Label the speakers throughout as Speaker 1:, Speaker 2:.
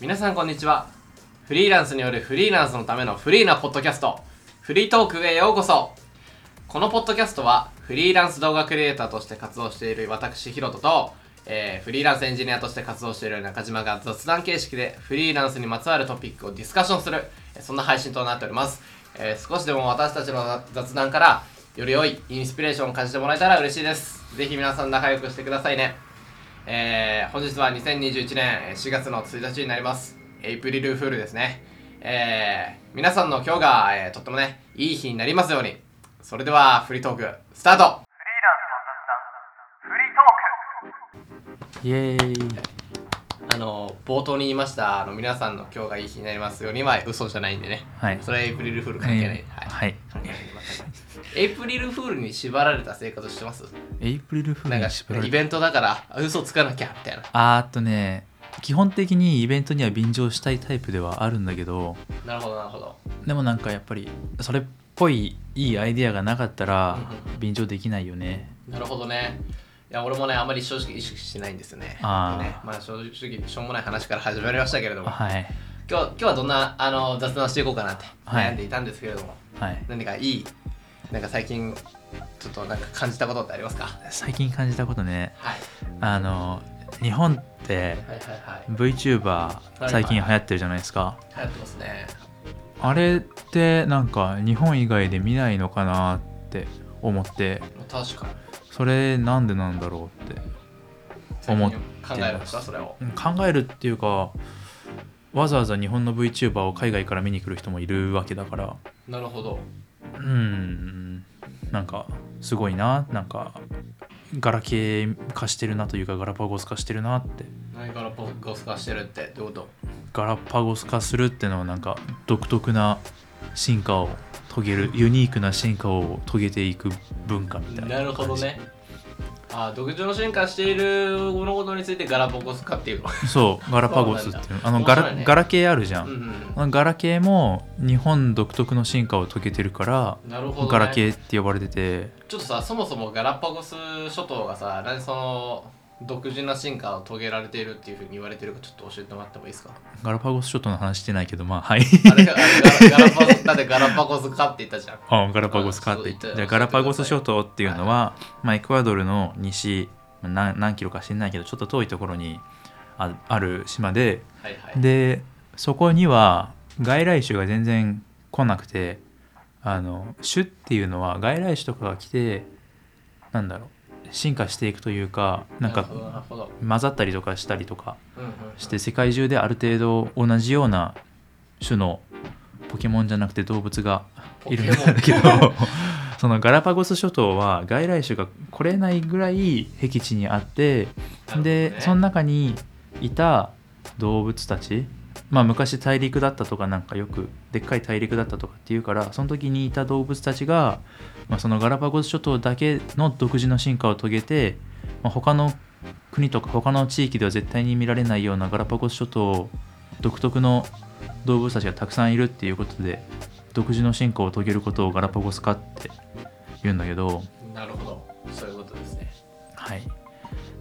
Speaker 1: 皆さんこんにちはフリーランスによるフリーランスのためのフリーなポッドキャストフリートークへようこそこのポッドキャストはフリーランス動画クリエイターとして活動している私ヒロトと、えーフリーランスエンジニアとして活動している中島が雑談形式でフリーランスにまつわるトピックをディスカッションするえーそんな配信となっております、えー少しでも私たちの雑談からより良いインスピレーションを感じてもらえたら嬉しいですぜひ皆さん仲良くしてくださいねえー本日は2021年4月の1日になります。エイプリルフールですね。えー皆さんの今日が、えーとってもね、いい日になりますように。それでは、フリートーク、スタート
Speaker 2: イエーイ
Speaker 1: あの、冒頭に言いました、あの、皆さんの今日がいい日になりますようには嘘じゃないんでね。
Speaker 2: はい
Speaker 1: それはエイプリルフール関係ない。
Speaker 2: は、
Speaker 1: はいい。関係ない全くエイプリルフールに縛られた生活してます
Speaker 2: エイプリルフー
Speaker 1: な
Speaker 2: ル
Speaker 1: ん
Speaker 2: に
Speaker 1: か
Speaker 2: 縛ら、れ
Speaker 1: イ
Speaker 2: た
Speaker 1: ベントだから、あ嘘つかなきゃ、みたいな。
Speaker 2: あーっとね基本的にイベントには便乗したいタイプではあるんだけど
Speaker 1: なるほど、なるほど。
Speaker 2: でもなんかやっぱりそれっぽいいいアイデアがなかったら
Speaker 1: うん
Speaker 2: 便乗できないよね
Speaker 1: なるほどね。いや、俺もね、あまり正直意識してないんですよね。
Speaker 2: あー
Speaker 1: ねまあ、正直、しょうもない話から始まりましたけれども、
Speaker 2: はい
Speaker 1: 今日今日はどんなあの雑談をしていこうかなって
Speaker 2: はい
Speaker 1: 悩んでいたんですけれども、
Speaker 2: はい
Speaker 1: 何かいい、なんか最近、ちょっとなんか感じたことってありますか
Speaker 2: 最近感じたことね
Speaker 1: はい。
Speaker 2: あの日本って
Speaker 1: はいはいはい。
Speaker 2: VTuber 最近流行ってるじゃないですか
Speaker 1: 流行ってますね。
Speaker 2: あれってなんか日本以外で見ないのかなって思って
Speaker 1: もう確かに。
Speaker 2: それなんでなんだろうって思って
Speaker 1: 考えるんですか、それを。
Speaker 2: うん考えるっていうかわざわざ日本の VTuber を海外から見に来る人もいるわけだから
Speaker 1: なるほど。
Speaker 2: うんなんかすごいななんかガラケー化してるなというかガラパゴス化してるなって
Speaker 1: 何からポッコス化してるって、どういうこと
Speaker 2: ガラパゴス化するってのはなんか独特な進化を遂げるユニークな進化を遂げていく文化みたいな
Speaker 1: なるほどね。あー独自の進化している物事についてガラポコス化っていうの。
Speaker 2: そうガラパゴスっていう
Speaker 1: そうなんだ
Speaker 2: あのガ
Speaker 1: 面
Speaker 2: ラ
Speaker 1: 白いね
Speaker 2: ガラケーあるじゃ、
Speaker 1: うんんうんうん
Speaker 2: あのガラケーも日本独特の進化を遂げてるから
Speaker 1: なるほど、ね、
Speaker 2: ガラケーって呼ばれてて
Speaker 1: ちょっとさそもそもガラパゴス諸島がさなんでその独自な進化を遂げられているっていうふうに言われてるかちょっと教えてもらってもいいです か
Speaker 2: ガラパゴス諸島の話してないけどまあはい
Speaker 1: あれがあれガラガラパゴスだってガラパゴス化って言ったじゃん
Speaker 2: あガラパゴスかって言っ
Speaker 1: あそう言って
Speaker 2: てガラパゴス諸島っていうのは、まあ、エクアドルの西まあ何何キロか知んないけどちょっと遠いところにあある島で
Speaker 1: はいはい
Speaker 2: でそこには外来種が全然来なくてあの種っていうのは外来種とかが来てなんだろう進化していくというかなん
Speaker 1: るほどなる
Speaker 2: か
Speaker 1: ほど、
Speaker 2: 混ざったりとかしたりとか
Speaker 1: うんうんうん
Speaker 2: して世界中である程度同じような種のポケモンじゃなくて動物がいるんだけどそのガラパゴス諸島は外来種が来れないぐらい僻地にあって、でその
Speaker 1: なる
Speaker 2: 中にいた動物たちまあ昔大陸だったとかなんかよくでっかい大陸だったとかっていうからその時にいた動物たちが、まあ、そのガラパゴス諸島だけの独自の進化を遂げて、まあ、他の国とか他の地域では絶対に見られないようなガラパゴス諸島独特の動物たちがたくさんいるっていうことで独自の進化を遂げることをガラパゴス化って言うんだけど、
Speaker 1: ほどねなるほどそういうことですね
Speaker 2: はい、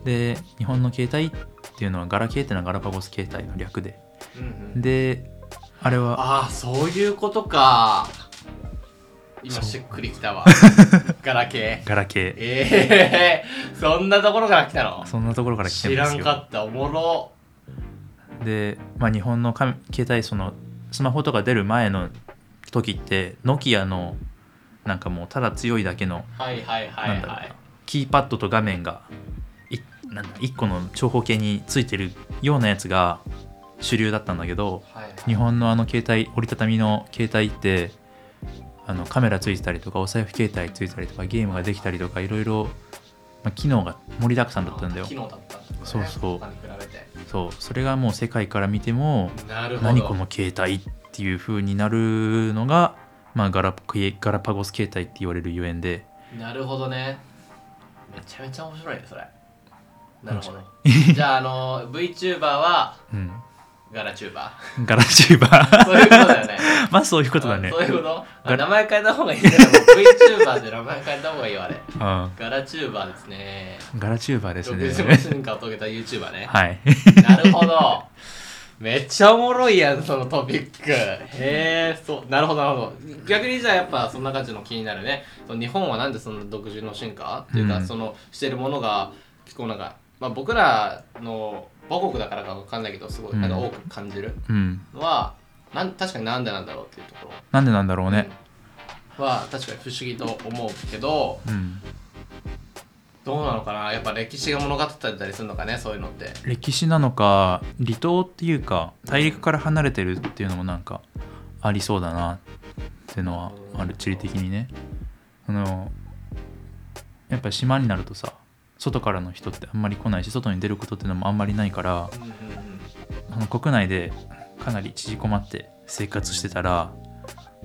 Speaker 2: で日本の携帯っていうのはガラケーってのはガラパゴス携帯の略で
Speaker 1: うんうん
Speaker 2: であれは
Speaker 1: ああそういうことか今
Speaker 2: そう
Speaker 1: しっくりき たわガラケー
Speaker 2: ガラケ
Speaker 1: ええー、そんなところから来たの
Speaker 2: ーそんなところから来てる
Speaker 1: 知
Speaker 2: んで
Speaker 1: ら
Speaker 2: す
Speaker 1: ん
Speaker 2: よ
Speaker 1: かったおもろ
Speaker 2: で、まあ、日本の紙携帯そのスマホとか出る前の時ってノキアのなんかもうただ強いだけの
Speaker 1: はいはいはい
Speaker 2: なんだろ
Speaker 1: はいう
Speaker 2: なキーパッドと画面がいなんだ1個の長方形についてるようなやつが主流だったんだけど
Speaker 1: はいはい
Speaker 2: 日本のあの携帯折りたたみの携帯ってあのカメラついてたりとかお財布携帯ついてたりとかゲームができたりとかいろいろまあ機能が盛りだくさんだったんだよ
Speaker 1: 機能だったんだね
Speaker 2: そうそう
Speaker 1: 他に比べて
Speaker 2: そうそれがもう世界から見ても
Speaker 1: なるほど
Speaker 2: 何この携帯っていう風になるのが、まあ、ガラガラパゴス携帯って言われるゆえんで
Speaker 1: なるほどねめちゃめちゃ面白いねそれなるほどじゃああの VTuber は
Speaker 2: うん
Speaker 1: ガラチュー バ
Speaker 2: ガラチューバ
Speaker 1: ー
Speaker 2: ー
Speaker 1: そういうことだよね
Speaker 2: まあそういうことだね
Speaker 1: あそういうことあ
Speaker 2: ガラ
Speaker 1: 名前変えた方がいいんだけど VTuber って名前変えた方がいいわあれ
Speaker 2: うんガ
Speaker 1: ガラチューバーですね
Speaker 2: ラチューバーです
Speaker 1: 独自の
Speaker 2: ね
Speaker 1: 進化を遂げた YouTuber ね
Speaker 2: はい
Speaker 1: なるほどめっちゃおもろいやんそのトピックへえそうなるほどなるほど逆にじゃあやっぱそんな感じの気になるねその日本はなんでその独自の進化っていうか、
Speaker 2: うん
Speaker 1: そのしてるものが結構なんか、まあ、僕らの母国だからかわかんないけどすごいなんか多く感じる
Speaker 2: うん
Speaker 1: のは、なん確かになんでなんだろうっていうところ
Speaker 2: なんでなんだろうね
Speaker 1: は確かに不思議と思うけど
Speaker 2: うん
Speaker 1: どうなのかなやっぱ歴史が物語ってたりするのかねそういうのって
Speaker 2: 歴史なのか離島っていうか大陸から離れてるっていうのもなんかありそうだなっていうのはある地理的にねあのやっぱり島になるとさ外からの人ってあんまり来ないし外に出ることっていうのもあんまりないから
Speaker 1: うんうんうん
Speaker 2: あの国内でかなり縮こまって生活してたら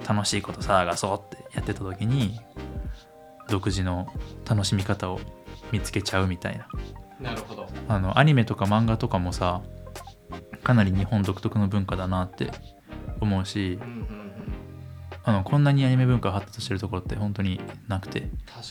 Speaker 2: 楽しいこと探そうってやってた時に独自の楽しみ方を見つけちゃうみたいな
Speaker 1: なるほど
Speaker 2: あのアニメとか漫画とかもさかなり日本独特の文化だなって思うし
Speaker 1: うんうんうん
Speaker 2: あのこんなにアニメ文化が発達してるところって本当になくて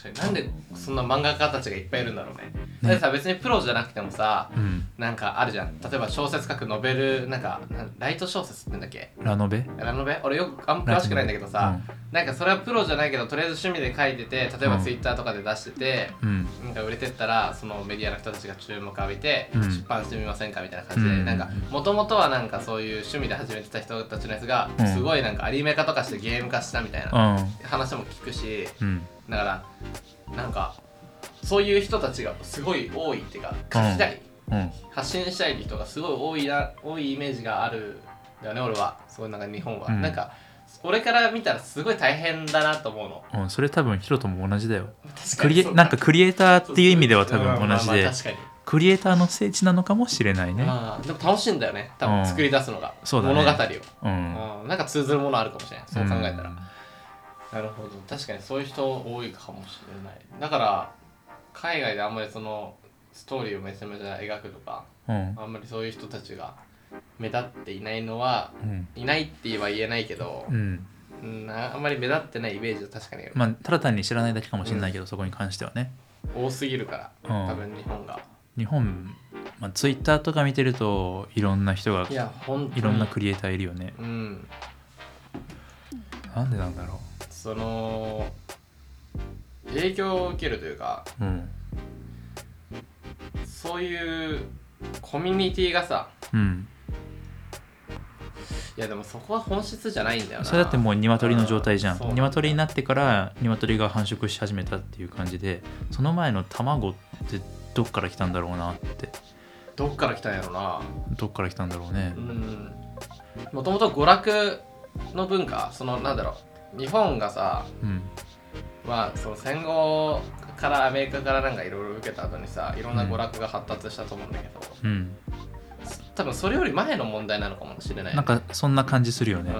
Speaker 1: 確かになんでそんな漫画家たちがいっぱいいるんだろうねだってさ別にプロじゃなくてもさ
Speaker 2: うん
Speaker 1: なんかあるじゃん例えば小説書くノベルなんかなんライト小説ってんだっけ
Speaker 2: ラノベ
Speaker 1: ラノベ俺よくあんま詳しくないんだけどさ、なんかそれはプロじゃないけどとりあえず趣味で書いてて例え
Speaker 2: う
Speaker 1: ば
Speaker 2: ん
Speaker 1: ツイッターとかで出してて、
Speaker 2: うんうん
Speaker 1: なんか売れてったらそのメディアの人たちが注目浴びて、
Speaker 2: うん
Speaker 1: 出版してみませんかみたいな感じで、
Speaker 2: うん
Speaker 1: なんかもともとはなんかそういう趣味で始めてた人たちのやつが、
Speaker 2: うん
Speaker 1: すごいなんかアニメ化とかしてゲーム化したみたいな
Speaker 2: うん
Speaker 1: 話も聞くし
Speaker 2: うん
Speaker 1: だからなんかそういう人たちがすごい多いっていうか書きたい、
Speaker 2: うん
Speaker 1: 発信したい人がすごい多いな多いイメージがあるんだよね俺はすごいなんか日本は、
Speaker 2: うん
Speaker 1: なんか俺から見たらすごい大変だなと思うの
Speaker 2: うん、それ多分ヒロとも同 じだよ
Speaker 1: 確
Speaker 2: クリエなんかクリエイターっていう意味では多分同じ
Speaker 1: まあまあま
Speaker 2: で
Speaker 1: あ確かに
Speaker 2: クリエイターの聖地なのかもしれないね
Speaker 1: あーでも楽しいんだよね多
Speaker 2: うん
Speaker 1: 分作り出すのが、
Speaker 2: そうだね
Speaker 1: 物語を、
Speaker 2: うん
Speaker 1: うんなんか通ずるものあるかもしれないそう考えたら、
Speaker 2: ん
Speaker 1: なるほど確かにそういう人多いかもしれないだから海外であんまりそのストーリーをめちゃめちゃ描くとか
Speaker 2: うん
Speaker 1: あんまりそういう人たちが目立っていないのは
Speaker 2: うん
Speaker 1: いないって言えば言えないけど
Speaker 2: う、ん
Speaker 1: うん、ああんまり目立ってないイメージは確かにある
Speaker 2: まあただ単に知らないだけかもしれないけど、そこに関してはね
Speaker 1: 多すぎるから
Speaker 2: うん
Speaker 1: 多分日本が、
Speaker 2: 日本、まあ、ツイッターとか見てるといろんな人が
Speaker 1: いや本当に
Speaker 2: いろんなクリエイターいるよね
Speaker 1: うん
Speaker 2: なんでなんだろ
Speaker 1: その影響を受けるというか
Speaker 2: ううん
Speaker 1: そういうコミュニティがさ
Speaker 2: うん
Speaker 1: いやでもそこは本質じゃないんだよな
Speaker 2: それだってもう鶏の状態じゃ
Speaker 1: うんそうん
Speaker 2: 鶏になってから鶏が繁殖し始めたっていう感じでその前の卵ってどっから来たんだろうなって
Speaker 1: どっから来たんやろな
Speaker 2: どっから来たんだろうね
Speaker 1: うんもともと娯楽の文化そのなんだろう日本がさ
Speaker 2: うん
Speaker 1: まあその戦後からアメリカからなんかいろいろ受けた後にさいろんな娯楽が発達したと思うんだけど、
Speaker 2: うん
Speaker 1: 多分それより前の問題なのかもしれない
Speaker 2: なんかそんな感じするよね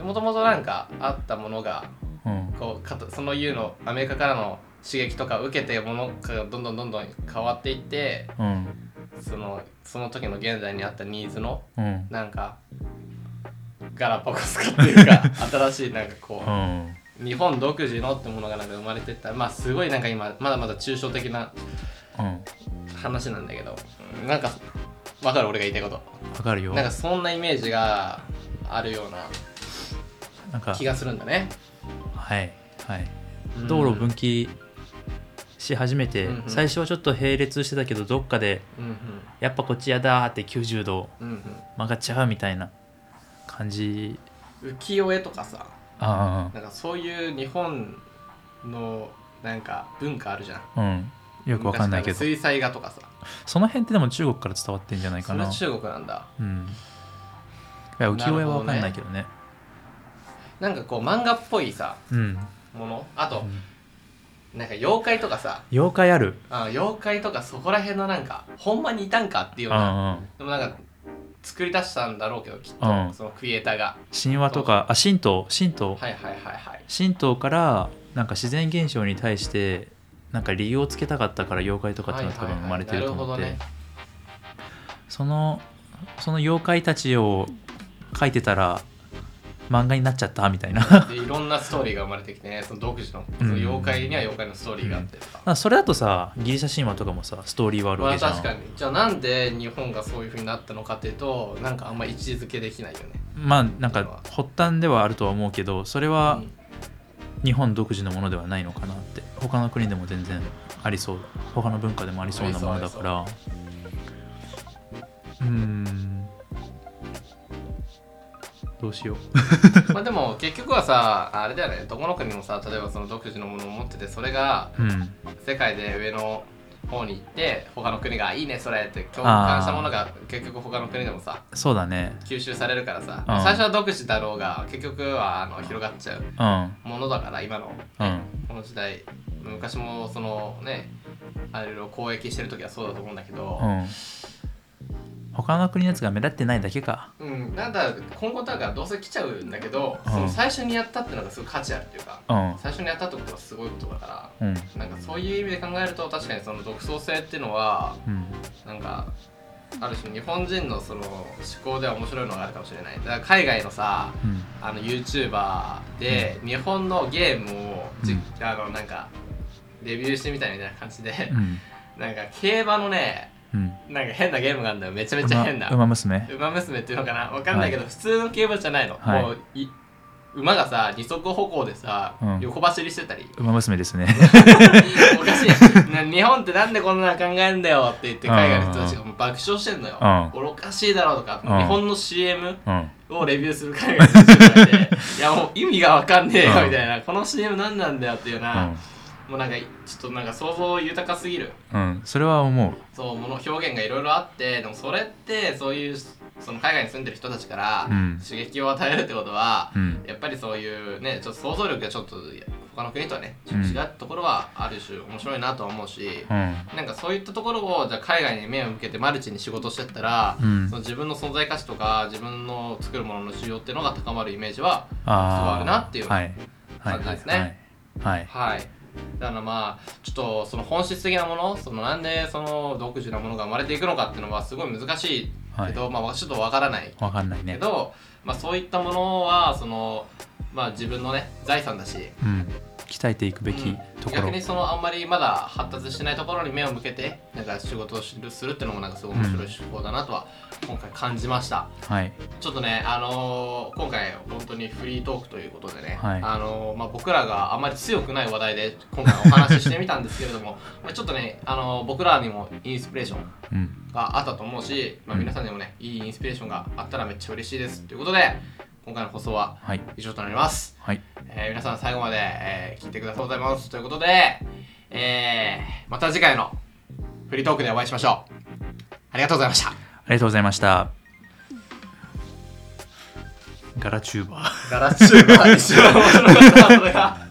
Speaker 1: うんもともとなんかあったものが
Speaker 2: うん
Speaker 1: こうかたそのいうのアメリカからの刺激とかを受けてものがどんどんどんどん変わっていって
Speaker 2: うん
Speaker 1: そのその時の現在にあったニーズの
Speaker 2: うん
Speaker 1: なんかガラパゴス化っていう か新しいなんかこ
Speaker 2: うん
Speaker 1: う日本独自のってものがなんか生まれてったまあすごいなんか今まだまだ抽象的な
Speaker 2: うん
Speaker 1: 話なんだけどなんかわかる俺が言いたいこ
Speaker 2: わかるよ
Speaker 1: となんかそんなイメージがあるような
Speaker 2: なんか
Speaker 1: 気がするんだね
Speaker 2: はいはい道路を分岐し始めて、
Speaker 1: うんうん
Speaker 2: 最初はちょっと並列してたけどどっかで
Speaker 1: うん
Speaker 2: やっぱこっちやだーって90度
Speaker 1: うんうん
Speaker 2: 曲がっちゃうみたいな感じ
Speaker 1: うん浮世絵とかさ
Speaker 2: あ
Speaker 1: なんかそういう日本のなんか文化あるじゃん
Speaker 2: あうんよくわかんないけど
Speaker 1: 昔らの水彩画とかさ
Speaker 2: その辺ってでも中国から伝わってんじゃないか
Speaker 1: それは
Speaker 2: な
Speaker 1: 中国なんだ
Speaker 2: うんいや浮世絵はわかんないけどね
Speaker 1: なんかこう漫画っぽいさ
Speaker 2: うん
Speaker 1: ものあと
Speaker 2: うん
Speaker 1: なんか妖怪とかさ
Speaker 2: 妖怪ある
Speaker 1: あ妖怪とかそこら辺のなんかほんまにいたんかっていう
Speaker 2: う
Speaker 1: よう
Speaker 2: ん
Speaker 1: な
Speaker 2: うん
Speaker 1: でもなんか作り出したんだろうけどきっと、
Speaker 2: うん
Speaker 1: そのクリエイターが
Speaker 2: 神話とかあ神道神道
Speaker 1: はいはいはいはい
Speaker 2: 神道からなんか自然現象に対してなんか理由をつけたかったから妖怪とかっていうのは多分生まれてると思っ
Speaker 1: はいはいは
Speaker 2: て
Speaker 1: いな
Speaker 2: そのその妖怪たちを描いてたら漫画になっちゃったみたいな だか
Speaker 1: でいろんなストーリーが生まれてきてねその独自のその妖怪には妖怪のストーリーがあってとから
Speaker 2: それだとさギリシャ神話とかもさストーリーはあるわ
Speaker 1: ま
Speaker 2: け
Speaker 1: あ
Speaker 2: じゃん、
Speaker 1: 確かにじゃあなんで日本がそういうふうになったのかっていうとなんかあんま位置づけできないよね
Speaker 2: まあなんか発端ではあるとは思うけどそれ
Speaker 1: う
Speaker 2: は
Speaker 1: ん
Speaker 2: 日本独自のものではないのかなって他の国でも全然ありそう他の文化でもありそうなものだからうーんどうしよう
Speaker 1: まあでも結局はさあれだよねどこの国もさ例えばその独自のものを持っててそれが
Speaker 2: うん
Speaker 1: 世界で上の方に行って他の国が「いいねそれ」って共感したものが結局他の国でもさ
Speaker 2: そうだね
Speaker 1: 吸収されるからさ、
Speaker 2: うん
Speaker 1: 最初は独自だろうが結局はあの広がっちゃう
Speaker 2: うん
Speaker 1: ものだから今の、
Speaker 2: うん
Speaker 1: この時代昔もそのねあれを交易してる時はそうだと思うんだけど、
Speaker 2: うん他の国のやつが目立ってないだけか
Speaker 1: うん、なんだ今後だからどうせ来ちゃうんだけど、
Speaker 2: うん
Speaker 1: その最初にやったってのがすごい価値あるっていうか
Speaker 2: うん
Speaker 1: 最初にやったってことはすごいことだか
Speaker 2: うん
Speaker 1: らなんかそういう意味で考えると確かにその独創性っていうのは
Speaker 2: うん
Speaker 1: なんかある種日本人のその思考では面白いのがあるかもしれないだから海外のさ
Speaker 2: うん
Speaker 1: あの YouTuber で日本のゲームをじ、
Speaker 2: う
Speaker 1: あのなんかレビューしてみたいみたいな感じで、
Speaker 2: うん
Speaker 1: なんか競馬のね
Speaker 2: うん
Speaker 1: なんか変なゲームがあるんだよめちゃめちゃ変な
Speaker 2: 馬馬娘
Speaker 1: 馬娘っていうのかなわかんないけど、普通の競馬じゃないの、
Speaker 2: はい
Speaker 1: もうい馬がさ二足歩行でさ、
Speaker 2: うん
Speaker 1: 横走りしてたり
Speaker 2: 馬娘です ね
Speaker 1: おかしいな日本ってなんでこんなの考えんだよって言って海外の人たちがもう爆笑してんのよ、
Speaker 2: うん
Speaker 1: これおかしいだろうとか、
Speaker 2: うん
Speaker 1: 日本の CM
Speaker 2: うん
Speaker 1: をレビューする海外の人たちで いやもう意味がわかんねえよ
Speaker 2: うん
Speaker 1: みたいな、この CM 何なんだよっていうよう
Speaker 2: う
Speaker 1: な、
Speaker 2: ん
Speaker 1: もうなんかちょっとなんか想像豊かすぎる
Speaker 2: うんそれは思う
Speaker 1: そうもの表現がいろいろあってでもそれってそういうその海外に住んでる人たちから
Speaker 2: うん
Speaker 1: 刺激を与えるってことは、
Speaker 2: うん
Speaker 1: やっぱりそういうねちょっと想像力がちょっと他の国とはねちょ
Speaker 2: うん
Speaker 1: っと違うところはある種面白いなとは思うし、
Speaker 2: うん
Speaker 1: なんかそういったところをじゃあ海外に目を向けてマルチに仕事してったら、
Speaker 2: うん
Speaker 1: その自分の存在価値とか自分の作るものの需要っていうのが高まるイメージは
Speaker 2: あ
Speaker 1: あるなっていう
Speaker 2: はいはい
Speaker 1: 感じですね
Speaker 2: はいはい
Speaker 1: はい。だからまあちょっとその本質的なものそのなんでその独自なものが生まれていくのかっていうのはすごい難しい
Speaker 2: は
Speaker 1: け
Speaker 2: い
Speaker 1: ど、まあちょっとわからない
Speaker 2: わかんない
Speaker 1: け
Speaker 2: ね
Speaker 1: ど、まあ、そういったものはその、まあ、自分のね財産だし、
Speaker 2: うん鍛えていくべきところ
Speaker 1: 逆にそのあんまりまだ発達してないところに目を向けてなんか仕事をするするっていうのもなんかすごい面白い手法だなとは今回感じました。
Speaker 2: はい
Speaker 1: ちょっとね、あのー今回本当にフリートークということでね、
Speaker 2: はい
Speaker 1: あのーまあ、僕らがあまり強くない話題で今回お話ししてみたんですけれども まあちょっとね、あのー僕らにもインスピレーション
Speaker 2: うん
Speaker 1: があったと思うし、まあ、皆さんにもね、いいインスピレーションがあったらめっちゃ嬉しいですということで今回の放送は
Speaker 2: はい
Speaker 1: 以上となります、
Speaker 2: はい
Speaker 1: えー皆さん最後まで、えー聞いてくださいございますということで、えーまた次回のフリートークでお会いしましょうありがとうございました
Speaker 2: ありがとうございましたガラチューバー
Speaker 1: ガラスチューバー一番面白かったそれが